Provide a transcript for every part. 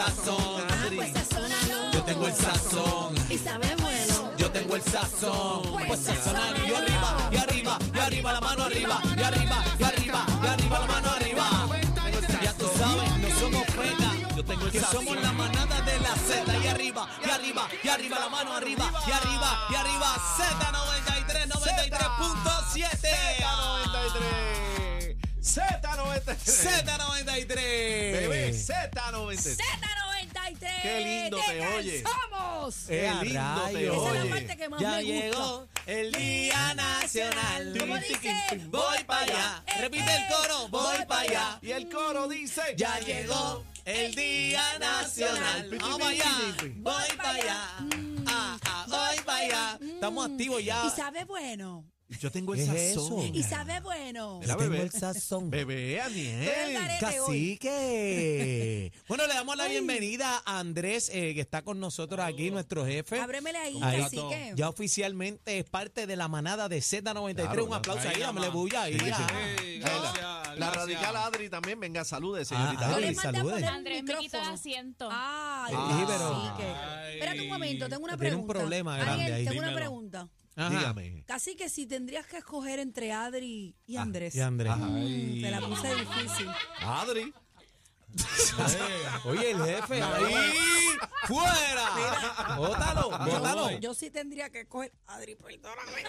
Ah, pues sazón, pues sazonar y arriba, y arriba, y arriba la mano arriba, y arriba, y arriba, y arriba la mano arriba. Ya tú sabes, no somos pena, yo tengo que somos la manada de la Z y arriba, y arriba, y arriba la mano arriba, y arriba, y arriba Z93, 93.7. Z93. Z93. Bebé, Z93. Z93. Qué lindo ¿Qué te tal oyes. Somos. Qué Ya, lindo te Esa rayos. es oye. la parte que más Eh, Ya me llegó gusta. el Día Nacional. ¿Cómo dice? Voy para allá. Eh, Repite el coro. Voy para allá. Y el coro dice, Ya llegó el Día Nacional. Vamos allá. Voy para allá. Ah, ah, voy para allá. Estamos activos Y ya. sabe bueno. Yo tengo el ¿Qué es sazón. eso? Y sabe bueno. La bebé. sazón. Estoy Bebé, al Aniel. garete. Vete hoy. Cacique. Bueno, le damos la bienvenida a Andrés, eh, que está con nosotros aquí, nuestro jefe. Ábremele ahí, Ahí. así que. Ya oficialmente es parte de la manada de Z93. Claro, un aplauso ahí ahí, nada dámele más. bulla ahí. Sí, sí. ah. Ey, Ya, gracias, la, la gracias. radical Adri también, venga, salude, señorita Ah, No Adri. le Adri, mandan salude. poner un Andrés me quita el micrófono. Ah. asiento. Ay, Sí, pero- cacique. Espérate un momento, tengo una Tiene pregunta. un problema grande Ariel, ahí. tengo una Dímelo. pregunta. Ajá. Dígame. Casi que si tendrías que escoger entre Adri y Andrés. Ah, Y Andrés. Mm, Te la puse difícil. Adri. Oye, el jefe, ahí fuera. Bótalo, bótalo. Yo sí tendría que escoger Adri, perdóname.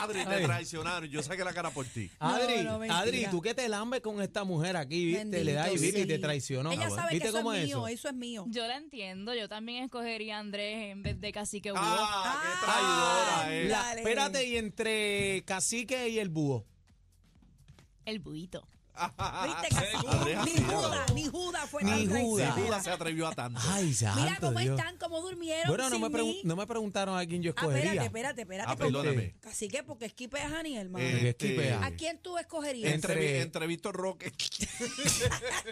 Adri, te traicionaron. Yo saqué la cara por ti. Adri, No, no, mentira. Adri, tú que te lambes con esta mujer aquí, viste, le da y Bendito, viste y sí. te traicionó. Ella sabe ¿Viste que eso cómo es es mío, eso? eso es mío. Yo la entiendo, yo también escogería a Andrés en vez de Cacique Búho. Ah, qué Ah, traidora eh. es. La- Dale. espérate, y entre cacique y el búho. El buito. Ah, ¿Viste, cacique? Adri, así, Ni Judas, ¿no? ni Judas fue Ni tan traicionero. Judas. Ni Judas se atrevió a tanto. Ay, santo Mira cómo Dios. están, cómo durmieron Bueno, no sin me, pregun- mí. no me preguntaron a quién yo Ah, espérate, escogería. espérate, espérate. Ah, perdóname. Así que porque esquipe a Janiel, hermano. Eh, ¿A quién tú escogerías? Entre- Entre, entre Víctor Este, Roque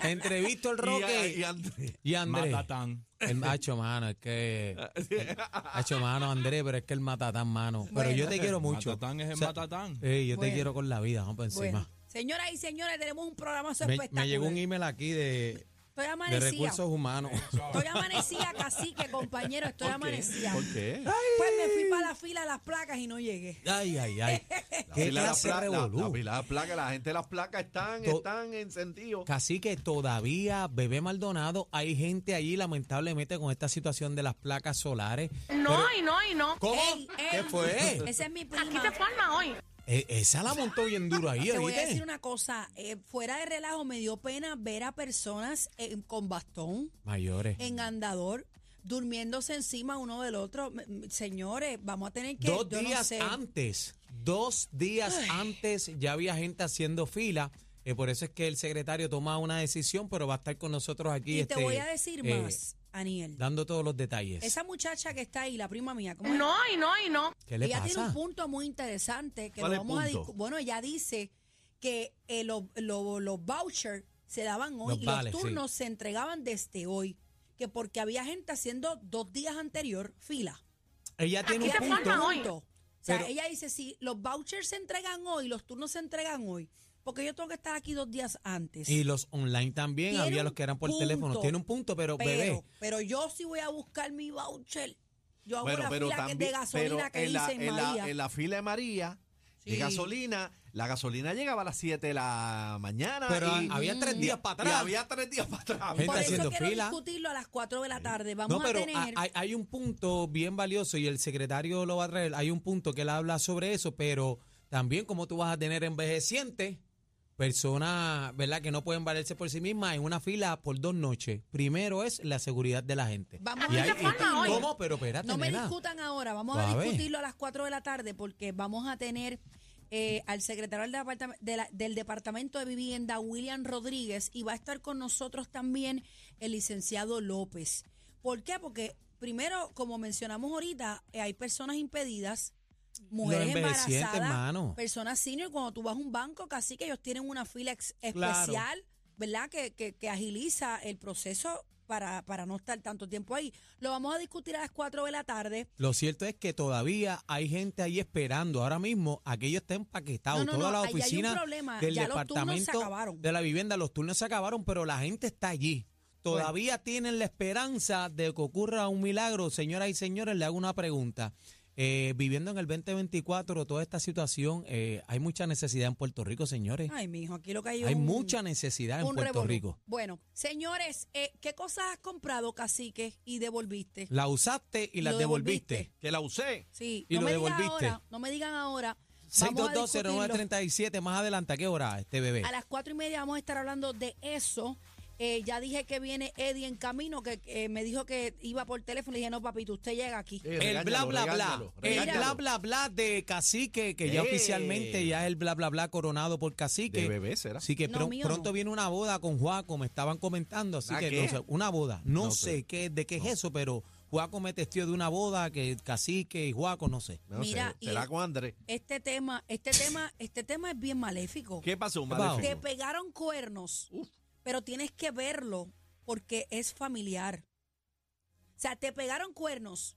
Entre Víctor Roque y, y André. y Andrés. Matatán. El macho, mano, es que. el Macho, mano, Andrés, pero es que el matatán, mano. Pero yo te quiero mucho. Matatán es el O sea, matatán. ey, yo Bueno. te quiero con la vida, vamos por Bueno, encima. señoras y señores, tenemos un programa Me, espectacular. me llegó un email aquí de, Estoy de amanecida. recursos humanos. Estoy amanecida, cacique, compañero, estoy amanecida. ¿Por qué? Pues me fui para la fila de las placas y no llegué. Ay, ay, ay. La ¿Qué fila de las clase de pla- la- revolú? la fila de las placas, la gente de las placas están, To- están encendidos. Casi que todavía, bebé Maldonado, hay gente allí lamentablemente con esta situación de las placas solares. No, y no, y no. ¿Cómo? Ey, ey, ¿Qué fue? Esa es mi Aquí prima. se forma hoy. E- esa la montó bien duro ahí, Te voy a ¿oíste? decir una cosa, eh, fuera de relajo me dio pena ver a personas eh, con bastón, Mayores. en andador, durmiéndose encima uno del otro. Me- me- Señores, vamos a tener que... dos yo no días sé. antes, dos días antes ya había gente haciendo fila. eh, por eso es que el secretario toma una decisión, pero va a estar con nosotros aquí. Y te este, voy a decir eh, más, Aniel. Dando todos los detalles. Esa muchacha que está ahí, la prima mía, ¿cómo es? No, y no, y no. ¿Qué le ella tiene pasa? un punto muy interesante que ¿Cuál lo es el vamos a punto? discu- Bueno, ella dice que eh, lo- lo- los vouchers se daban hoy Los y vales, sí. los turnos se entregaban desde hoy. Que porque había gente haciendo dos días anterior fila. Ella tiene un Aquí se punto. forma hoy. Punto. O sea, Pero- ella dice, si los vouchers se entregan hoy, los turnos se entregan hoy, porque yo tengo que estar aquí dos días antes. Y los online también, Tiene había un los que eran por punto, teléfono. Tiene un punto, pero, bebé. pero, pero yo sí voy a buscar mi voucher. Yo hago Bueno, la pero fila que- de también gasolina pero que en, hice la, en, en la- María. en la fila de María de Sí. gasolina, la gasolina llegaba a las 7 de la mañana. Pero y, Mm. había tres y- días para Y atrás. había tres días para atrás. Gente Por eso haciendo quiero fila. discutirlo a las 4 de la tarde. Vamos No, pero a ha- tener. hay, hay un punto bien valioso y el secretario lo va a traer. Hay un punto que él habla sobre eso, pero también cómo tú vas a tener envejecientes, personas, ¿verdad?, que no pueden valerse por sí mismas en una fila por dos noches. Primero es la seguridad de la gente. Vamos Y a hay- discutirlo. y- ¿Cómo? Pero espérate, no me nena. discutan ahora. Vamos a Suave. discutirlo a las 4 de la tarde porque vamos a tener eh, al secretario del, departam- de la- del Departamento de Vivienda, William Rodríguez, y va a estar con nosotros también el licenciado López. ¿Por qué? Porque primero, como mencionamos ahorita, eh, hay personas impedidas. Mujeres Los envejecientes, embarazadas, hermano. personas senior, cuando tú vas a un banco, casi que ellos tienen una fila ex- Claro. especial, ¿verdad? Que, que- que agiliza el proceso para, para no estar tanto tiempo ahí. Lo vamos a discutir a las 4 de la tarde. Lo cierto es que todavía hay gente ahí esperando ahora mismo a que ellos estén empaquetados. No, no, no, Todas las ahí hay un oficinas problema. del Ya los turnos se departamento acabaron. Pues de la vivienda, los turnos se acabaron, pero la gente está allí. Todavía tienen la esperanza de que ocurra un milagro. Señoras y señores, le hago una pregunta. Eh, viviendo en el 2024, toda esta situación, eh, hay mucha necesidad en Puerto Rico, señores. Ay, mijo, aquí lo que hay, hay un- mucha necesidad en un Puerto revolú. Rico. Bueno, señores, eh, ¿qué cosas has comprado, cacique, y devolviste? La usaste y la Lo devolviste. devolviste. Que la usé. Sí, Y no lo me digan devolviste. ahora, no me digan ahora. Vamos a 6220930. 6220937, más adelante, ¿a qué hora este bebé? A las cuatro y media vamos a estar hablando de eso. Eh, ya dije que viene Eddie en camino, que eh, me dijo que iba por teléfono y dije, no, papito, usted llega aquí. Eh, El bla regáñalo, bla bla. regáñalo, El regáñalo. bla bla bla de cacique, que ya Ey. oficialmente ya es el bla bla bla coronado por cacique. De bebé será. Así que No, pro- mío pronto no. viene una boda con Juaco, me estaban comentando, así ¿Ah, que qué? no sé, una boda. No, No sé sé. qué, de qué es eso, pero Juaco me testió de una boda que cacique y Juaco, no sé. No Mira, sé, será y- con Andrés. Este tema, este tema, este tema es bien maléfico. ¿Qué pasó, ¿Qué pasó? Te maléfico? pegaron cuernos, pero tienes que verlo porque es familiar. O sea, te pegaron cuernos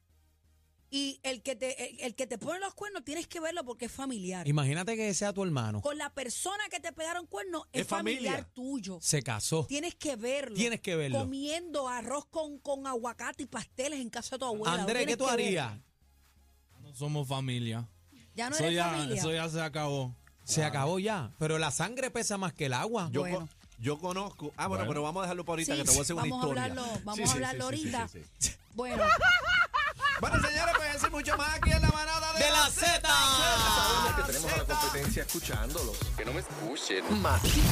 y el que te, el, el que te pone los cuernos tienes que verlo porque es familiar. Imagínate que sea tu hermano. Con la persona que te pegaron cuernos es, Es familia. familiar tuyo. Se casó. Tienes que verlo. Tienes que verlo. Comiendo arroz con, con aguacate y pasteles en casa de tu abuela. Lo Andrés, tienes ¿qué tú que ver. harías? No somos familia. Ya no eso, eres ya, familia. eso ya se acabó. Se acabó ya. Pero la sangre pesa más que el agua. Yo, Bueno. co- yo conozco. Ah, bueno, Bueno. pero vamos a dejarlo para ahorita, Sí, que te voy a hacer una vamos a historia. hablarlo, vamos Sí, a sí, hablarlo sí, sí, sí, ahorita. sí, sí. Bueno, Bueno, señores, pues decir mucho más aquí en la manada de, ¡De la Z! que tenemos a la competencia escuchándolos. Que no me escuchen. Mastique